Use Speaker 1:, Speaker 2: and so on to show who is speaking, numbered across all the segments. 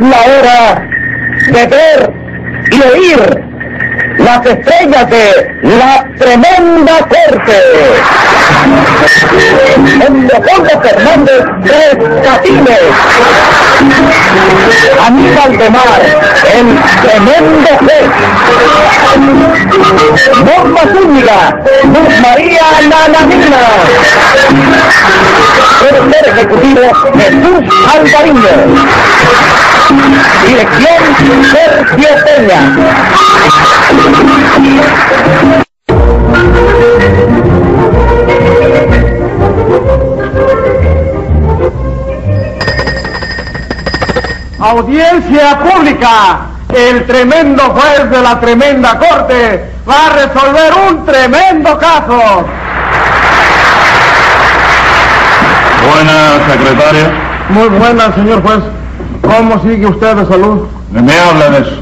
Speaker 1: la hora de ver y oír las estrellas de la tremenda corte. En Leopoldo Fernández Tres Catines. Aníbal de Mar, el tremendo juez. Norma Zúñiga, Luz María Nananina. Tercer ejecutivo Jesús Alvariño. Dirección Sergio Peña.
Speaker 2: Audiencia pública. El tremendo juez de la tremenda corte va a resolver un tremendo caso.
Speaker 3: Buenas, secretaria.
Speaker 2: Muy buenas, señor juez. ¿Cómo sigue usted de salud?
Speaker 3: Me habla de eso.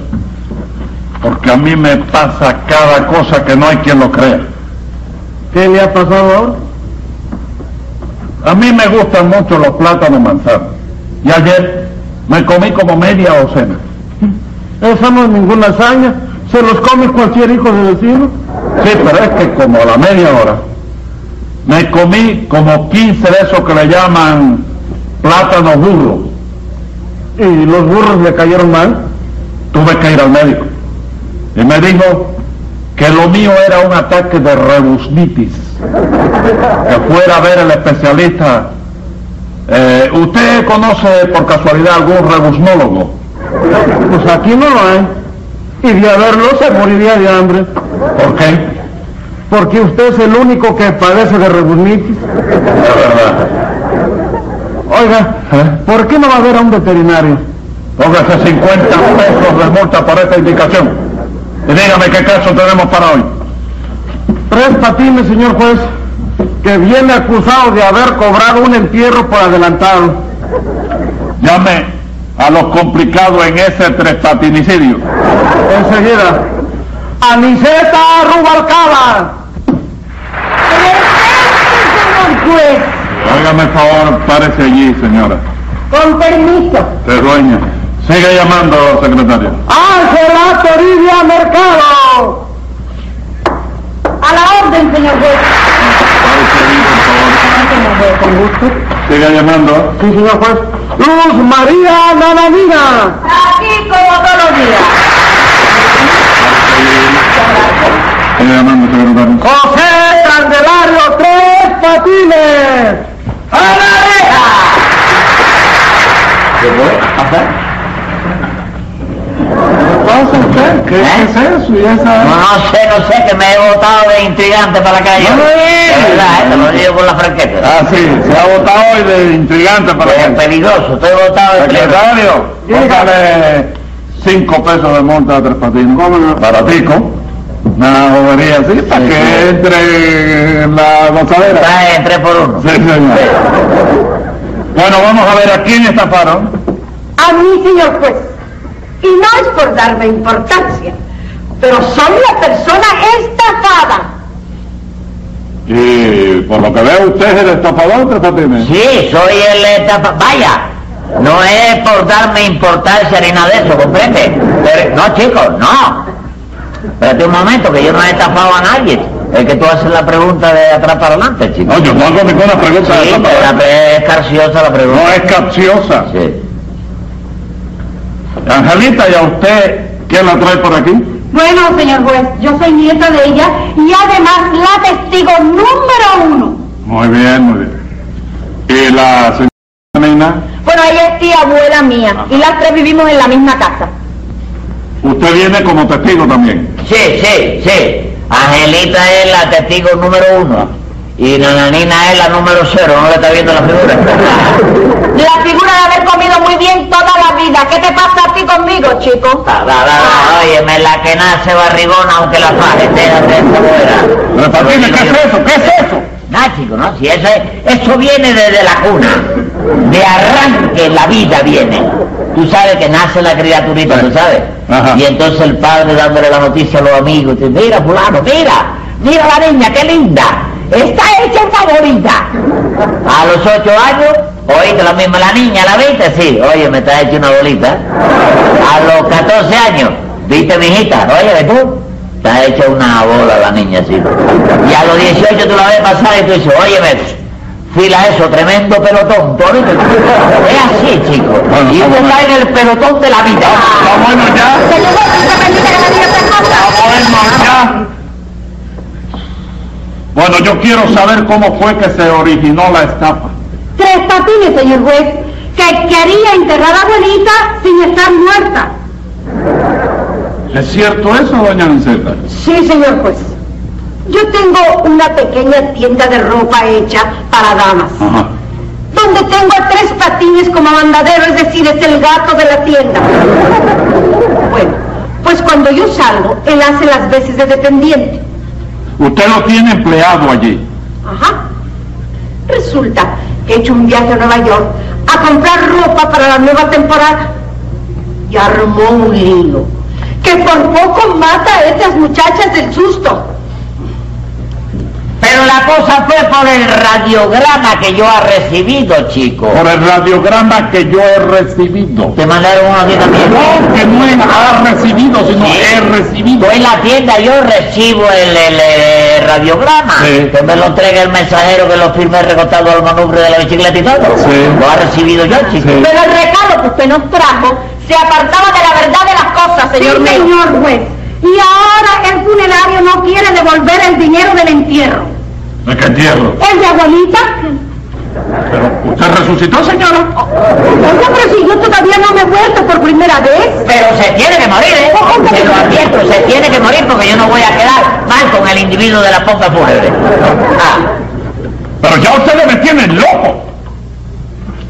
Speaker 3: Porque a mí me pasa cada cosa que no hay quien lo crea.
Speaker 2: ¿Qué le ha pasado ahora?
Speaker 3: A mí me gustan mucho los plátanos manzanos. Y ayer me comí como media docena.
Speaker 2: Esa no es ninguna hazaña. Se los come cualquier hijo de vecino.
Speaker 3: Sí, pero es que como a la media hora me comí como 15 de esos que le llaman plátanos burros.
Speaker 2: ¿Y los burros le cayeron mal?
Speaker 3: Tuve que ir al médico. Y me dijo que lo mío era un ataque de rebusnitis. Que fuera a ver el especialista. Eh, ¿Usted conoce por casualidad algún rebusnólogo?
Speaker 2: Pues aquí no lo hay. Y de haberlo se moriría de hambre.
Speaker 3: ¿Por qué?
Speaker 2: Porque usted es el único que padece de rebusnitis.
Speaker 3: La verdad.
Speaker 2: Oiga,
Speaker 3: ¿Eh?
Speaker 2: ¿por qué no va a ver a un veterinario?
Speaker 3: Póngase 50 pesos de multa para esta indicación. Y dígame qué caso tenemos para hoy.
Speaker 2: Tres patines, señor juez, que viene acusado de haber cobrado un entierro por adelantado.
Speaker 3: Llame a los complicados en ese tres patinicidio.
Speaker 2: Enseguida. Aniceta Rubalcaba.
Speaker 4: Presente, señor juez.
Speaker 3: Hágame el favor, párese allí, señora.
Speaker 4: Con permiso.
Speaker 3: Te dueña. Siga llamando, secretaria.
Speaker 2: Ángela Toribia Mercado.
Speaker 4: A la orden, señor juez.
Speaker 3: Párese allí, por
Speaker 4: Señor juez, con gusto.
Speaker 3: favor. Siga llamando.
Speaker 2: Sí, señor juez. Luz María Nananina.
Speaker 4: Aquí como todos los días.
Speaker 3: Siga llamando, secretaria.
Speaker 2: José Candelario Tres Patines.
Speaker 4: ¡A la reja!
Speaker 2: pasa usted? ¿Qué es eso? ¿Y esa?
Speaker 5: No sé, no sé, que me he votado de intrigante para la calle.
Speaker 3: No me digas.
Speaker 5: De verdad, eh, te lo digo con la franqueza.
Speaker 3: Ah, sí, se ha votado hoy de intrigante para
Speaker 5: Es
Speaker 3: gente.
Speaker 5: peligroso, estoy votado de intrigante.
Speaker 3: Secretario, póngale cinco pesos de multa a Tres Patines. Para Tico. Una bobería así, para que entre en la gozadera.
Speaker 5: Está en tres por uno.
Speaker 3: Sí, señor. Bueno, vamos a ver a quién estafaron.
Speaker 4: A mí, señor juez. Y no es por darme importancia, pero soy la persona estafada.
Speaker 3: Y por lo que veo, usted es el estafador, Tres Patines.
Speaker 5: Sí, soy el estafa... Vaya, no es por darme importancia ni nada de eso, ¿comprende? Pero- no, chicos, no. Espérate un momento, que yo no he estafado a nadie. Es que tú haces la pregunta de atrás para adelante, chico.
Speaker 3: No, yo no hago ninguna pregunta de
Speaker 5: Sí,
Speaker 3: esa
Speaker 5: pero la
Speaker 3: para-
Speaker 5: pre- es carciosa la pregunta.
Speaker 3: No es capciosa.
Speaker 5: Sí.
Speaker 3: Angelita, ¿y a usted quién la trae por aquí?
Speaker 4: Bueno, señor juez, yo soy nieta de ella y además la testigo número uno.
Speaker 3: Muy bien, muy bien. ¿Y la señora Nina?
Speaker 4: Bueno, ella es tía abuela mía y las tres vivimos en la misma casa.
Speaker 3: Usted viene como testigo también.
Speaker 5: Sí, sí, sí. Angelita es la testigo número uno. Y Nananina es la número cero, no le está viendo la figura.
Speaker 4: La figura de haber comido muy bien toda la vida. ¿Qué te pasa a ti conmigo, chico?
Speaker 5: Da, da, da, da, óyeme, la que nace barrigona aunque la faje, déjate esa fuera.
Speaker 3: Repartirle, ¿qué es eso? ¿Qué es eso?
Speaker 5: No, chico, no, si eso, es- eso viene desde la cuna. De arranque la vida viene. Tú sabes que nace la criaturita,
Speaker 3: Sí.
Speaker 5: tú sabes.
Speaker 3: Ajá.
Speaker 5: Y entonces el padre dándole la noticia a los amigos, dice, mira fulano, mira, mira la niña, qué linda. Está hecha favorita. A los ocho años Oíste lo mismo, la niña, ¿la viste? Sí, oye, me está hecho una bolita. A los 14 años, ¿viste, mijita? Oye, ¿ves tú? Te ha hecho una bola la niña, sí. Y a los 18 tú la ves pasar y tú dices, oye, ves, fila eso, tremendo pelotón, ¿tú ¿oíste? Es así, chico.
Speaker 3: Bueno,
Speaker 5: Y
Speaker 3: está
Speaker 5: usted
Speaker 3: bueno.
Speaker 5: está en el pelotón de la vida.
Speaker 3: Está Ah, bueno ya.
Speaker 4: Señor, si se permite que le diga otra
Speaker 3: Está bueno
Speaker 4: cosa.
Speaker 3: ya. Bueno, yo quiero saber cómo fue que se originó la estafa.
Speaker 4: Tres patines, señor juez, que quería enterrar a abuelita sin estar muerta.
Speaker 3: ¿Es cierto eso, doña Anceta?
Speaker 4: Sí, señor juez. Yo tengo una pequeña tienda de ropa hecha para damas,
Speaker 3: Ajá.
Speaker 4: donde tengo a tres patines como mandadero, es decir, es el gato de la tienda. Bueno, pues cuando yo salgo, él hace las veces de dependiente.
Speaker 3: Usted lo tiene empleado allí.
Speaker 4: Ajá. Resulta que he hecho un viaje a Nueva York a comprar ropa para la nueva temporada. Y armó un lío que por poco mata a estas muchachas del susto.
Speaker 5: Pero la cosa fue por el radiograma que yo ha recibido, chico.
Speaker 3: Por el radiograma que yo he recibido.
Speaker 5: Te mandaron uno aquí también.
Speaker 3: No, que no he- ha recibido, sino he recibido.
Speaker 5: Yo en la tienda yo recibo el, el, eh, radiograma,
Speaker 3: Sí.
Speaker 5: que me lo entrega el mensajero que lo firme recortado al manubrio de la bicicleta y todo.
Speaker 3: Sí.
Speaker 5: Lo ha recibido yo, chico.
Speaker 3: Sí.
Speaker 4: Pero el recado que usted nos trajo se apartaba de la verdad de las cosas, señor juez. señor juez. Y ahora el funerario no quiere devolver el dinero del entierro.
Speaker 3: ¿De qué entierro?
Speaker 4: ¿El de abuelita?
Speaker 3: Pero usted resucitó, señora.
Speaker 4: Oiga, pero si yo todavía no me he vuelto por primera vez.
Speaker 5: Pero se tiene que morir, ¿eh? Se lo advierto, se tiene que morir porque yo no voy a quedar mal con el individuo de las pocas mujeres. Ah.
Speaker 3: Pero ya ustedes me tienen loco.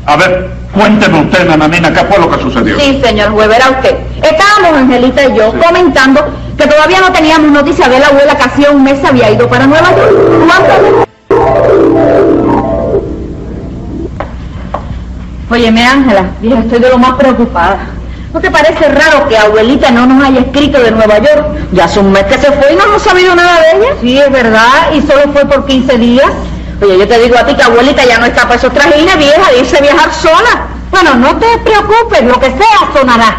Speaker 3: A ver, cuénteme usted, nananina, ¿qué fue lo que sucedió?
Speaker 4: Sí, señor juez, verá usted. Estábamos Angelita y yo comentando que todavía no teníamos noticia de la abuela que hacía un mes había ido para Nueva York. ¿Cuánto?
Speaker 6: Óyeme, Ángela, dije, estoy de lo más preocupada.
Speaker 4: ¿No te parece raro que abuelita no nos haya escrito de Nueva York? Ya hace un mes que se fue y no hemos sabido nada de ella.
Speaker 6: Sí, es verdad, y solo fue por 15 días.
Speaker 4: Oye, yo te digo a ti que abuelita ya no está para esos trajines, vieja, de irse a viajar sola. Bueno, no te preocupes, lo que sea sonará.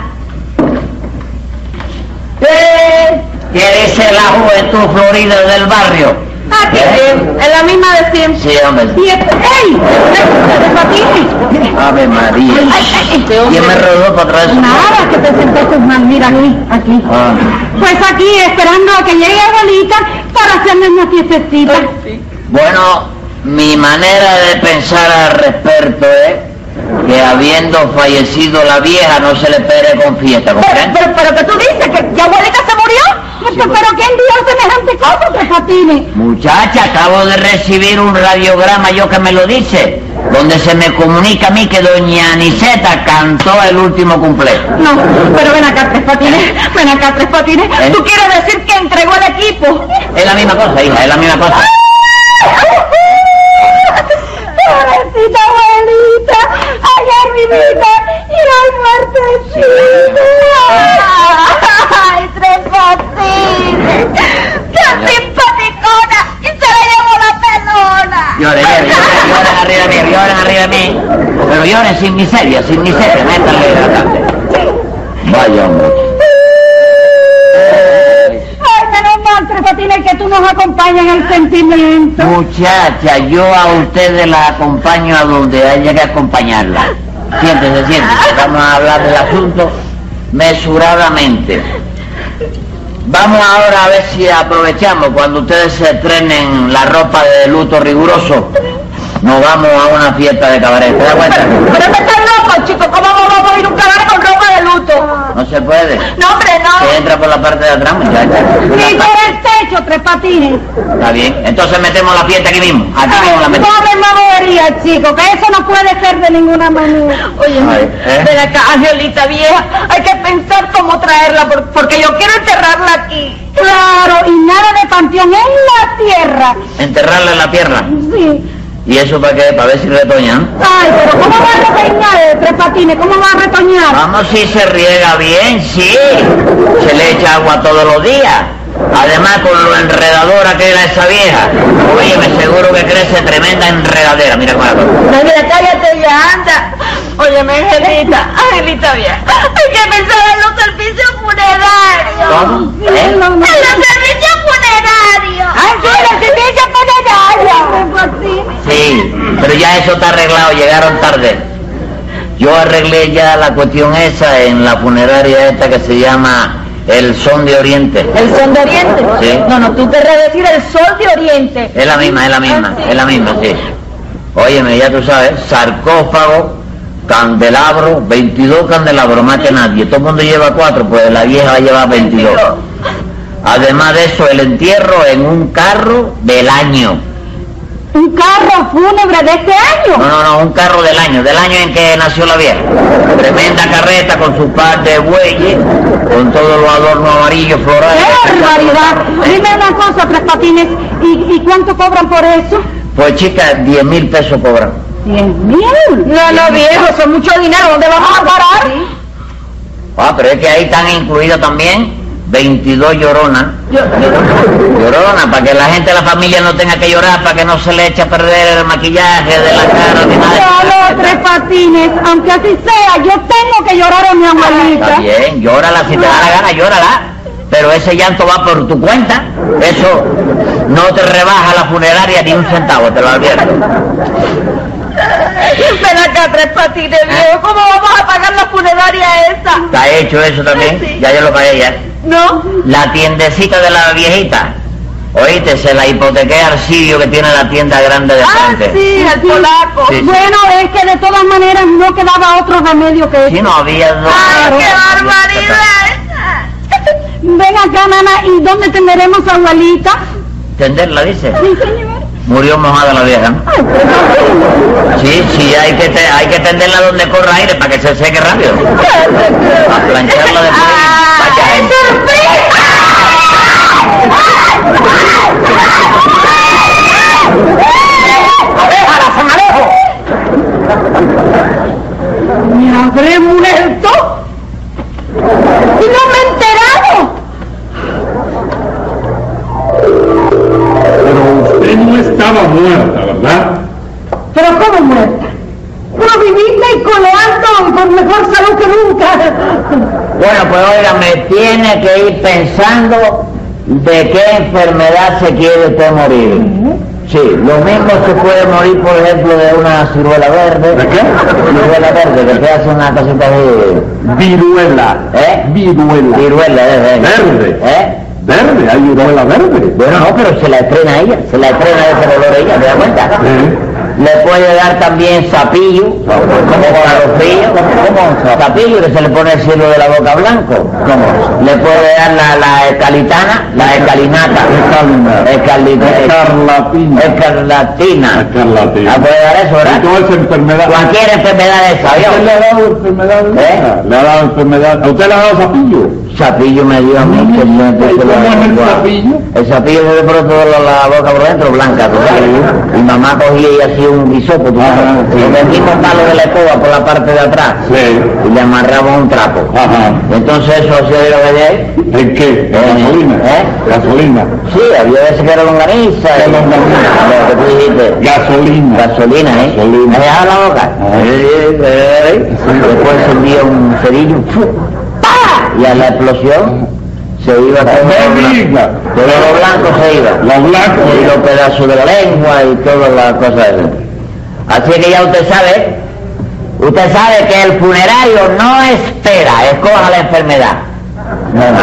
Speaker 6: ¡Eh!
Speaker 5: ¿Qué dice la juventud florida del barrio?
Speaker 6: Aquí,
Speaker 5: ¿Eh?
Speaker 6: es la misma de siempre.
Speaker 5: Sí, hombre.
Speaker 6: Y es- ¡Ey! ¡Tres patines!
Speaker 5: Ave María.
Speaker 6: Ay, ay, este hombre.
Speaker 5: ¿Quién me rodó para atrás?
Speaker 6: Nada, que te sentaste mal, mira aquí, aquí.
Speaker 5: Ah.
Speaker 6: Pues aquí, esperando a que llegue abuelita para hacernos una fiestecita.
Speaker 5: Bueno, mi manera de pensar al respecto es que habiendo fallecido la vieja no se le pere con fiesta,
Speaker 6: Pero,
Speaker 5: ¿comprende?
Speaker 6: pero, pero que tú dices que ya abuelita se murió. pero, pero ¿quién dio semejante cosa, tres patines?
Speaker 5: Muchacha, acabo de recibir un radiograma, yo que me lo dice, donde se me comunica a mí que doña Aniceta cantó el último cumpleaños.
Speaker 6: No, pero ven acá, Tres Patines, ven acá, Tres Patines.
Speaker 5: ¿Eh?
Speaker 6: Tú quieres decir que entregó el equipo.
Speaker 5: Es la misma cosa, hija, es la misma cosa.
Speaker 6: Pobrecita abuelita, allá arribita, y al muertecito. Ay, Tres Patines, tan simpaticona, y se le llevó la pelona.
Speaker 5: Lloren, lloren, lloren, lloren arriba de mí, lloren arriba de mí. Pero lloren sin miseria, sin miseria, métanle hidratante. Vaya hombre.
Speaker 6: Ay, menos mal, Tres Patines, que tú nos acompañas en el sentimiento.
Speaker 5: Muchacha, yo a ustedes la acompaño a donde haya que acompañarla. Siéntese, siéntese, vamos a hablar del asunto mesuradamente. Vamos ahora a ver si aprovechamos cuando ustedes se estrenen la ropa de luto riguroso. Nos vamos a una fiesta de cabaret, ¿te das cuenta?
Speaker 6: Pero te estás loco, chico, ¿cómo vamos a ir a un cadáver con ropa de luto?
Speaker 5: No se puede.
Speaker 6: No, hombre, no.
Speaker 5: Se entra por la parte de atrás,
Speaker 6: Ni
Speaker 5: muchacha.
Speaker 6: por el techo, tres patines.
Speaker 5: Está bien. Entonces metemos la fiesta aquí mismo. Aquí mismo la
Speaker 6: Ay,
Speaker 5: metemos.
Speaker 6: Pobre mamoría, chico, que eso no puede ser de ninguna manera. Oye,
Speaker 5: Ay, ¿eh?
Speaker 6: ven acá, Angelita vieja, hay que pensar cómo traerla, por- porque yo quiero enterrarla aquí. Claro, y nada de panteón en la tierra.
Speaker 5: Enterrarle en la pierna.
Speaker 6: Sí.
Speaker 5: ¿Y eso para qué? Para ver si retoñan.
Speaker 6: Ay, pero ¿cómo va a retoñar, eh, tres patines? ¿Cómo va a retoñar?
Speaker 5: Vamos, si se riega bien, sí. Se le echa agua todos los días. Además, con lo enredadora que era esa vieja. Oye, me seguro que crece tremenda enredadera. Mira cómo la cosa.
Speaker 6: Negra, cállate ya, anda. Óyeme, Angelita, Angelita vieja. Hay que pensar en los servicios funerarios.
Speaker 5: ¿Cómo? ¿Eh?
Speaker 6: En los
Speaker 7: servicios funerarios.
Speaker 6: Angela, si me ella funeraria.
Speaker 5: Sí, pero ya eso está arreglado, llegaron tarde. Yo arreglé ya la cuestión esa en la funeraria esta que se llama El Son de Oriente.
Speaker 6: ¿El sol de oriente?
Speaker 5: Sí.
Speaker 6: No, no, tú querrás decir el sol de oriente.
Speaker 5: Es la misma, es la misma,
Speaker 6: Ah, sí.
Speaker 5: es la misma, sí. Óyeme, ya tú sabes, sarcófago, candelabro, 22 candelabros, más que nadie. Todo el mundo lleva cuatro, pues la vieja va a llevar 22. Además de eso, el entierro en un carro del año.
Speaker 6: Un carro fúnebre de este año.
Speaker 5: No, no, no, un carro del año, del año en que nació la vieja. Tremenda carreta con su par de bueyes, con todos los adornos amarillos florales.
Speaker 6: ¡Qué barbaridad! Dime una cosa, Tres Patines, ¿y, y cuánto cobran por eso?
Speaker 5: Pues chica, 10 mil pesos cobran.
Speaker 6: ¡Diez mil! No, no, viejo, son mucho dinero, ¿dónde vamos a parar?
Speaker 5: Ah, pero es que ahí están incluidas también 22 lloronas. Lloronas, para que la gente de la familia no tenga que llorar, para que no se le eche a perder el maquillaje de la cara ni nada. de eso.
Speaker 6: No, no, Tres Patines, aunque así sea, yo tengo que llorar a mi
Speaker 5: Está
Speaker 6: abuelita.
Speaker 5: bien, llórala si te da la gana, llórala. Pero ese llanto va por tu cuenta. Eso no te rebaja la funeraria ni un centavo, te lo advierto.
Speaker 6: Ven acá, Tres Patines, viejo, ¿cómo vamos a pagar la funeraria esa?
Speaker 5: ¿Eh? ¿Está hecho eso también? Ya yo lo pagué ya.
Speaker 6: ¿No?
Speaker 5: La tiendecita de la viejita. Oíste, se la hipotequé a Arcidio que tiene la tienda grande de
Speaker 6: Ah,
Speaker 5: frente.
Speaker 6: sí, al polaco.
Speaker 5: Sí, sí.
Speaker 6: Bueno, es que de todas maneras no quedaba otro remedio que
Speaker 5: Si
Speaker 6: eso.
Speaker 5: no había... no-
Speaker 6: Ay, qué
Speaker 7: barbaridad!
Speaker 6: Ven acá, nana, ¿y dónde tendremos a abuelita?
Speaker 5: Tenderla, dice.
Speaker 6: Sí, señor. Ah, pues,
Speaker 5: Murió mojada la vieja. ¿no?
Speaker 6: Ay, Tres Patines.
Speaker 5: Sí, sí, hay que, te- hay que tenderla donde corra aire para que se seque rápido.
Speaker 6: Ah, pues,
Speaker 5: Para plancharla después. y Vaya, gente.
Speaker 1: ¡Déjala, San Alejo!
Speaker 6: ¿Me habré muerto? ¡Y no me he enterado!
Speaker 3: Pero usted no estaba muerta, ¿verdad?
Speaker 6: ¿Pero cómo muerta? Pero viviste y coleando y con mejor salud que nunca.
Speaker 5: Bueno, pues oiga, me tiene que ir pensando de qué enfermedad se quiere usted morir. Sí, lo mismo se puede morir, por ejemplo, de una ciruela verde.
Speaker 3: ¿De qué?
Speaker 5: Ciruela verde, que te hace una casita de...
Speaker 3: Viruela.
Speaker 5: ¿Eh?
Speaker 3: Viruela.
Speaker 5: Ciruela, ¿eh?
Speaker 3: Verde.
Speaker 5: ¿Eh?
Speaker 3: Verde, hay viruela verde.
Speaker 5: Bueno, no, pero se la estrena a ella, se la estrena a ese color a ella, ¿te das cuenta?
Speaker 3: Sí.
Speaker 5: Le puede dar también sapillo, como garrofillo, como sapillo que se le pone el cielo de la boca blanco. ¿Cómo? Le puede dar la, la escalitana, la escalinata,
Speaker 3: Escalina.
Speaker 5: escalina,
Speaker 3: Escarlatina.
Speaker 5: escarlatina.
Speaker 3: Escarlatina.
Speaker 5: La puede dar eso,
Speaker 3: Y toda
Speaker 5: ¿verdad?
Speaker 3: esa enfermedad.
Speaker 5: Cualquier enfermedad de esa,
Speaker 3: ¿A usted le
Speaker 5: ¿vio?
Speaker 3: ha dado enfermedad?
Speaker 5: ¿Eh?
Speaker 3: ¿Le ha dado enfermedad? ¿A usted le ha dado sapillo?
Speaker 5: Sapillo me dio a mí que siempre
Speaker 3: ¿Y
Speaker 5: se lo
Speaker 3: cómo es el
Speaker 5: averiguaba.
Speaker 3: sapillo?
Speaker 5: El sapillo de pronto la, la boca por dentro blanca, ¿tú sabes?
Speaker 3: Sí.
Speaker 5: Mi mamá cogía y hacía un guisopo, ¿tú sabes?
Speaker 3: Ajá, sí.
Speaker 5: Le metimos palo de la escoba por la parte de atrás
Speaker 3: Sí.
Speaker 5: y le amarramos un trapo.
Speaker 3: Ajá.
Speaker 5: Entonces eso hacía yo lo veía ahí.
Speaker 3: ¿En qué?
Speaker 5: Eh,
Speaker 3: ¿En gasolina?
Speaker 5: ¿eh?
Speaker 3: ¿Gasolina?
Speaker 5: Sí, había veces que era longaniza.
Speaker 3: Que
Speaker 5: y-
Speaker 3: longaniza.
Speaker 5: Lo que tú dijiste.
Speaker 3: Gasolina.
Speaker 5: Gasolina, ¿eh?
Speaker 3: Gasolina.
Speaker 5: ¿Me dejaba la boca?
Speaker 3: Ah.
Speaker 5: Eh, eh, eh. Después encendía un cerillo. ¡fu! ¡Pa! Y a la explosión se iba todo
Speaker 3: ¡No
Speaker 5: lo
Speaker 3: diga!
Speaker 5: blanco. Todo lo blanco se iba.
Speaker 3: Los blancos.
Speaker 5: Y los pedazos de la lengua y todas las cosas esas. Así que ya usted sabe, usted sabe que el funerario no espera, escoja la enfermedad. No, no,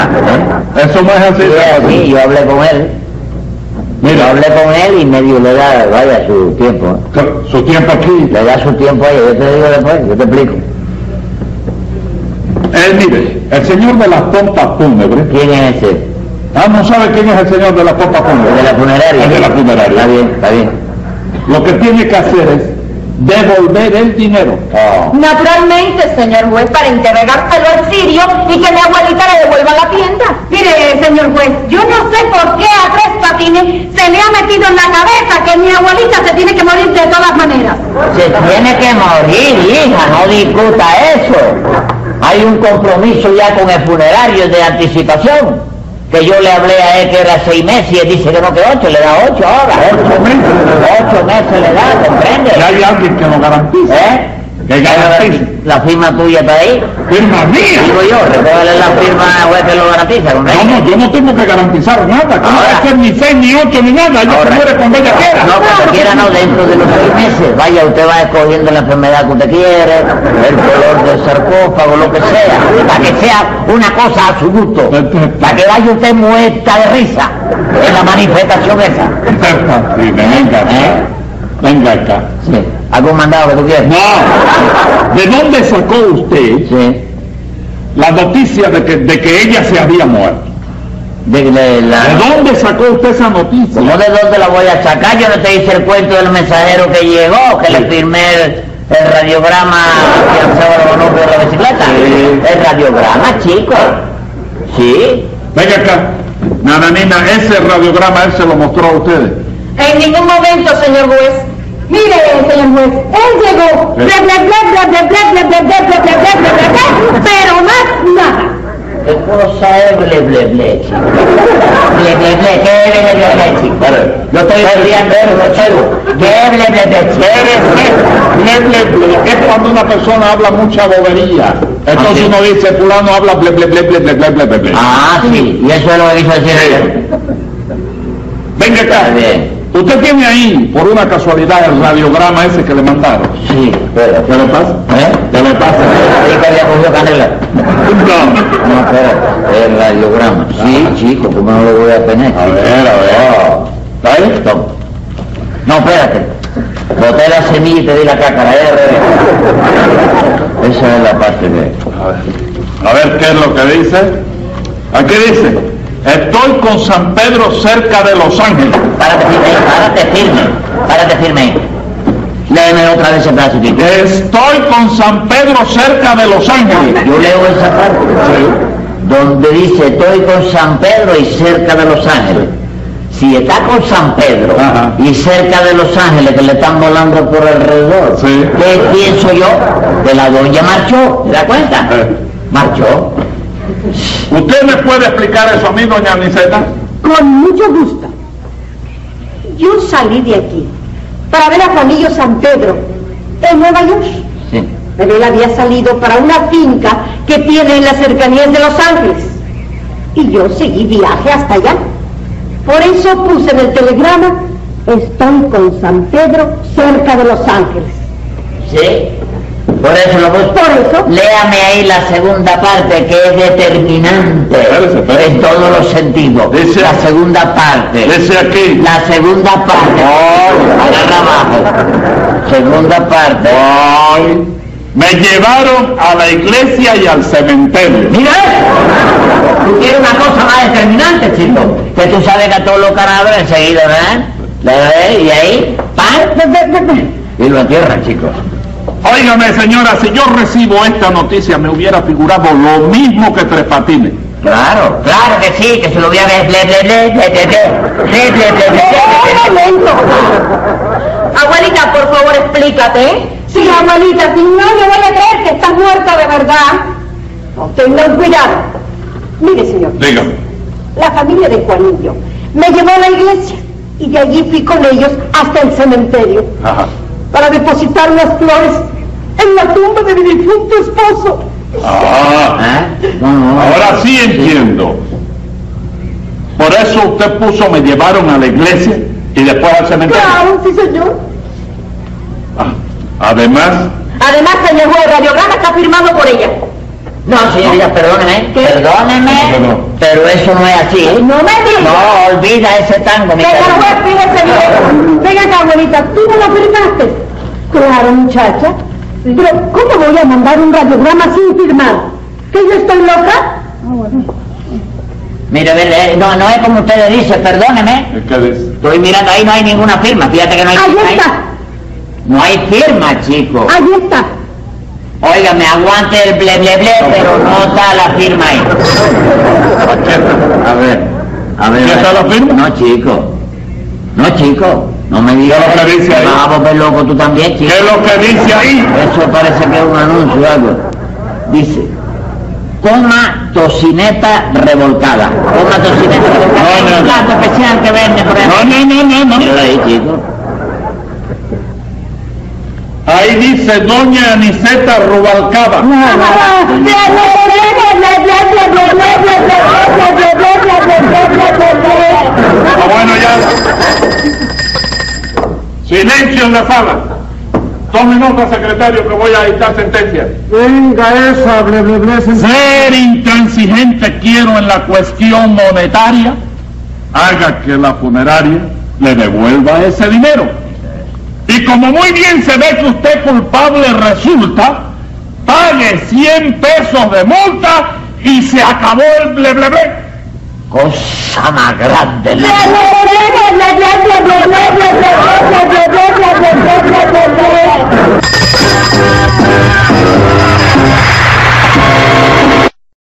Speaker 5: ¿eh?
Speaker 3: Eso no es así.
Speaker 5: Sí,
Speaker 3: ¿no?
Speaker 5: sí, yo hablé con él. Mira, hablé con él y medio le da, vaya, su tiempo. ¿eh?
Speaker 3: Su- Su tiempo aquí.
Speaker 5: Le da su tiempo ahí, yo te digo después, yo te explico.
Speaker 3: Eh, mire, el señor de las pompas fúnebres.
Speaker 5: ¿Quién es ese?
Speaker 3: Ah, no sabe quién es el señor de las pompas
Speaker 5: El
Speaker 3: fúnebres.
Speaker 5: de la funeraria.
Speaker 3: El de la
Speaker 5: Está
Speaker 3: funeraria.
Speaker 5: bien, está bien.
Speaker 3: Lo que tiene que hacer es devolver el dinero.
Speaker 5: Oh,
Speaker 6: Naturalmente, señor juez, para entregárselo al sirio y que mi abuelita le devuelva la tienda. Mire, señor juez, yo no sé por qué a Tres Patines se le ha metido en la cabeza que mi abuelita se tiene que morir de todas maneras.
Speaker 5: Se tiene que morir, hija, no discuta eso. Hay un compromiso ya con el funerario de anticipación. que yo le hablé a él que era seis meses y él dice que no que ocho, le da ocho ahora.
Speaker 3: Ocho meses le da.
Speaker 5: Ocho meses le da, ¿comprende?
Speaker 3: Y hay alguien que lo garantiza.
Speaker 5: ¿Eh?
Speaker 3: Que garantice.
Speaker 5: La firma tuya está ahí.
Speaker 3: ¡Firma mía!
Speaker 5: Digo yo, recógele la firma juez que lo garantiza,
Speaker 3: No,
Speaker 5: ¿comprende?
Speaker 3: no, yo no tengo que garantizar nada. que no va
Speaker 5: Ahora.
Speaker 3: a ser ni seis, ni ocho, ni nada. Yo se
Speaker 5: Ahora.
Speaker 3: muere cuando ella quiera.
Speaker 5: No, cuando quiera no, dentro de los seis meses. Vaya, usted va escogiendo la enfermedad que usted quiere, el color del sarcófago, lo que sea, para que sea una cosa a su gusto.
Speaker 3: Perfecto.
Speaker 5: Para que vaya usted muerta de risa en la manifestación esa.
Speaker 3: Acepta. Sí, venga acá.
Speaker 5: ¿Eh?
Speaker 3: Venga acá.
Speaker 5: Sí. ¿Algún mandado que tú quieras?
Speaker 3: No. ¿De dónde sacó usted
Speaker 5: Sí.
Speaker 3: la noticia de que, de que ella se había muerto?
Speaker 5: De, de la...
Speaker 3: ¿De dónde sacó usted esa noticia?
Speaker 5: ¿Cómo de dónde la voy a sacar? Yo no te hice el cuento del mensajero que llegó, que le firmé el, el radiograma fianzado al monóculo de la bicicleta.
Speaker 3: Sí.
Speaker 5: El radiograma, chico. Sí.
Speaker 3: Venga acá. Nananina, ese radiograma él se lo mostró a ustedes.
Speaker 6: En ningún momento, señor juez. Mire, señor juez, él llegó,
Speaker 3: Sí.
Speaker 6: bla, bla, bla, bla, bla, bla, bla, bla, bla, bla, bla, bla, bla, bla, bla, pero más nada.
Speaker 5: ¿Qué cosa es ble ble ble, chico? Ble ble ble, ¿qué es ble ble ble, chico? Yo estoy estudiando eso, chico. ¿Qué es ble ble ble, chico?
Speaker 3: Ble, ble, ble, Es cuando una persona habla mucha bobería.
Speaker 5: Ah, sí.
Speaker 3: Entonces uno dice, fulano habla ble, ble, ble, ble, ble, ble, ble, ble, ble.
Speaker 5: Ah, sí. Y eso es lo que quiso decir.
Speaker 3: Venga acá.
Speaker 5: Está bien.
Speaker 3: Usted tiene ahí, por una casualidad, el radiograma ese que le mandaron.
Speaker 5: Sí, pero...
Speaker 3: ¿Qué le pasa?
Speaker 5: ¿Eh?
Speaker 3: ¿Qué le pasa?
Speaker 5: Ahí que había cogido canela.
Speaker 3: No.
Speaker 5: No, espérate, el radiograma. Sí, chico, ¿cómo no lo voy a tener? Oh.
Speaker 3: A ver, a ver. ¿Está bien?
Speaker 5: Toma. No, espérate. Boté la semilla y te di la cácara. eh, eh. Esa es la parte de...
Speaker 3: A ver. A ver qué es lo que dice. Aquí dice, estoy con San Pedro cerca de Los Ángeles.
Speaker 5: Párate firme, ahí, párate firme. Párate firme. ahí. Léeme otra vez el brazo, chico.
Speaker 3: Estoy con San Pedro cerca de Los Ángeles.
Speaker 5: Yo leo esa parte. Donde dice, estoy con San Pedro y cerca de Los Ángeles. Si está con San Pedro
Speaker 3: Ajá.
Speaker 5: y cerca de Los Ángeles, que le están volando por alrededor,
Speaker 3: Sí.
Speaker 5: ¿qué pienso yo? Que la doña marchó, ¿te das cuenta?
Speaker 3: Eh.
Speaker 5: Marchó.
Speaker 3: ¿Usted me puede explicar eso a mí, doña Aniceta?
Speaker 4: Con mucho gusto.
Speaker 6: Yo salí de aquí para ver a Juanillo San Pedro en Nueva York.
Speaker 5: Sí.
Speaker 6: Pero él había salido para una finca que tiene en las cercanías de Los Ángeles. Y yo seguí viaje hasta allá. Por eso puse en el telegrama, estoy con San Pedro cerca de Los Ángeles.
Speaker 5: Sí. Por eso lo busco.
Speaker 6: Por eso.
Speaker 5: Léame ahí la segunda parte que es determinante
Speaker 3: Espérese, espérese.
Speaker 5: en todos los sentidos.
Speaker 3: Dice-
Speaker 5: la segunda parte.
Speaker 3: Dice aquí.
Speaker 5: La segunda parte. Agarra abajo. Segunda parte.
Speaker 3: Ay, me llevaron a la iglesia y al cementerio.
Speaker 5: Mira eso. Tú quieres una cosa más determinante, chico. Que tú sabes que a todos los cadáveres enseguida, ¿verdad? Le ve, Y ahí, ¡pam! Y lo entierran, chicos.
Speaker 3: Óigame, señora, si yo recibo esta noticia me hubiera figurado lo mismo que Tres Patines.
Speaker 5: Claro, claro que sí, que se lo voy a ver. Ble, ble, ble, ble, ble, ble, ble, ble, ble, ble, ble, ble.
Speaker 6: Abuelita, por favor, explícate. ¿eh? Sí, abuelita, si no me voy a creer que estás muerta de verdad. No tengan cuidado. Mire, señor.
Speaker 3: Dígame.
Speaker 6: la familia de Juanillo me llevó a la iglesia y de allí fui con ellos hasta el cementerio
Speaker 3: Ajá.
Speaker 6: para depositar las flores en la tumba de mi difunto esposo.
Speaker 3: Ah,
Speaker 5: ¿Ah? No, no, no.
Speaker 3: ahora sí entiendo. Por eso usted puso me llevaron a la iglesia y después al cementerio.
Speaker 6: Claro, sí, señor.
Speaker 3: Ah, además,
Speaker 6: Además, señor juez, el radiograma está firmado por ella.
Speaker 5: No, señorita, perdóneme, perdóneme,
Speaker 3: Eso no.
Speaker 5: pero eso no es así. ¿eh?
Speaker 6: No me digas.
Speaker 5: No, olvida ese tango, mi
Speaker 6: Venga,
Speaker 5: cariño.
Speaker 6: juez, fíjese bien. Venga acá, abuelita, tú no lo firmaste. Claro, muchacha. Pero, ¿cómo voy a mandar un radiograma sin firmar? ¿Que yo estoy loca?
Speaker 5: Mire, ve, eh, no, no es como ustedes dicen, perdóneme.
Speaker 3: ¿qué dice?
Speaker 5: Estoy mirando ahí, no hay ninguna firma, fíjate que no hay
Speaker 6: Ahí
Speaker 5: firma. ahí.
Speaker 6: está,
Speaker 5: No hay firma, chico.
Speaker 6: ahí está.
Speaker 5: Óigame, aguante el ble, ble, ble, pero no está la firma ahí. A ver, a ver.
Speaker 3: ¿Ya está la firma?
Speaker 5: No, chico. No, chico. No me digas.
Speaker 3: ¿Qué es lo que dice
Speaker 5: Me
Speaker 3: ahí?
Speaker 5: vas a volver loco tú también,
Speaker 3: ¿Qué
Speaker 5: chico.
Speaker 3: es lo que dice ahí?
Speaker 5: Eso parece que es un anuncio o algo. Dice, coma tocineta revolcada. Coma tocineta revolcada.
Speaker 3: No,
Speaker 5: es un
Speaker 3: no, no.
Speaker 5: plato especial que vende por ahí.
Speaker 3: No, no, no, no, no.
Speaker 5: Míralo ahí, chico.
Speaker 3: Ahí dice Doña Aniceta Rubalcaba. Ah, bueno, ya. Silencio en la sala. Tome nota, secretario, que voy a dictar sentencia.
Speaker 2: Venga esa, ble, ble, ble, sen-
Speaker 3: Ser intransigente quiero en la cuestión monetaria haga que la funeraria le devuelva ese dinero. Y como muy bien se ve que usted culpable resulta, pague 100 pesos de multa y se acabó el ble ble ble.
Speaker 5: Cosa más grande. la-